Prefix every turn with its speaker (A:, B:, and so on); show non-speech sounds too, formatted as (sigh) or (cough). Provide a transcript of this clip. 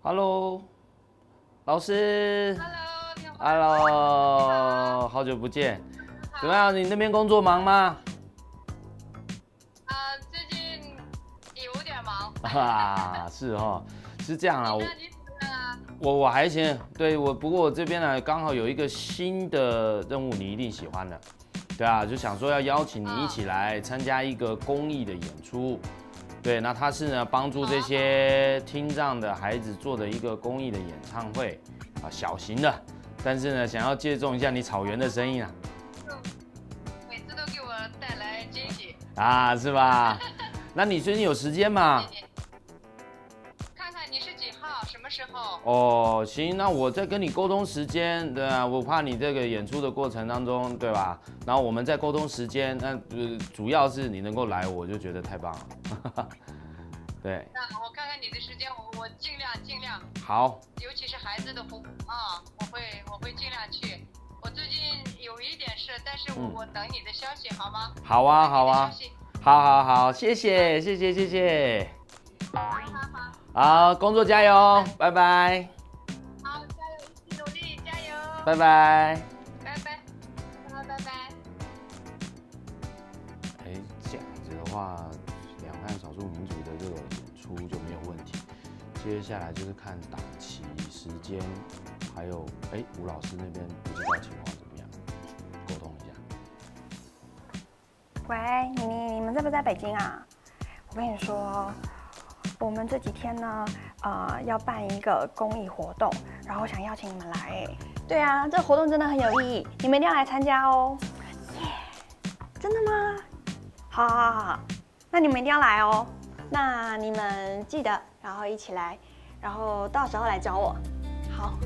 A: Hello，老师
B: Hello，你好。
A: ，Hello，好久不见，怎么样？你那边工作忙吗？ (laughs)
B: 啊、最近有点忙。
A: 啊，是哦，是这样啦，我
B: 那你怎么样啊？
A: 我我还行，对我不过我这边呢刚好有一个新的任务，你一定喜欢的，对啊，就想说要邀请你一起来参加一个公益的演出，对，那它是呢帮助这些听障的孩子做的一个公益的演唱会啊，小型的，但是呢想要借重一下你草原的声音啊，
B: 每次都给我带来惊喜，
A: 啊是吧？那你最近有时间吗？
B: 谢谢看看你是几号，什么时候？
A: 哦，行，那我再跟你沟通时间，对啊，我怕你这个演出的过程当中，对吧？然后我们再沟通时间，那呃，主要是你能够来，我就觉得太棒了。对，
B: 那我看看你的时间，我我尽量尽量，
A: 好，
B: 尤其是孩子的服务啊，我会我会尽量去。我最近有一点事，但是我、
A: 嗯
B: 我等你的消息好吗？
A: 好啊，好
B: 等
A: 啊
B: 你的消，息
A: 好好好，谢谢，谢谢，谢谢，
B: 好好
A: 好，工作加油，拜拜，
B: 好，加油，一起努力，加油，
A: 拜拜。
B: 拜拜，好，拜拜。
A: 哎，这样子的话，两岸少数民族的这个演出就没有问题。接下来就是看档期、时间，还有哎，吴老师那边不知道情况怎么样，沟通一下。
C: 喂，妮妮，你们在不在北京啊？我跟你说，我们这几天呢，呃，要办一个公益活动，然后想邀请你们来。哎，对啊，这活动真的很有意义，你们一定要来参加哦。耶、真的吗？好，好，好，好，那你们一定要来哦。那你们记得，然后一起来，然后到时候来找我。好。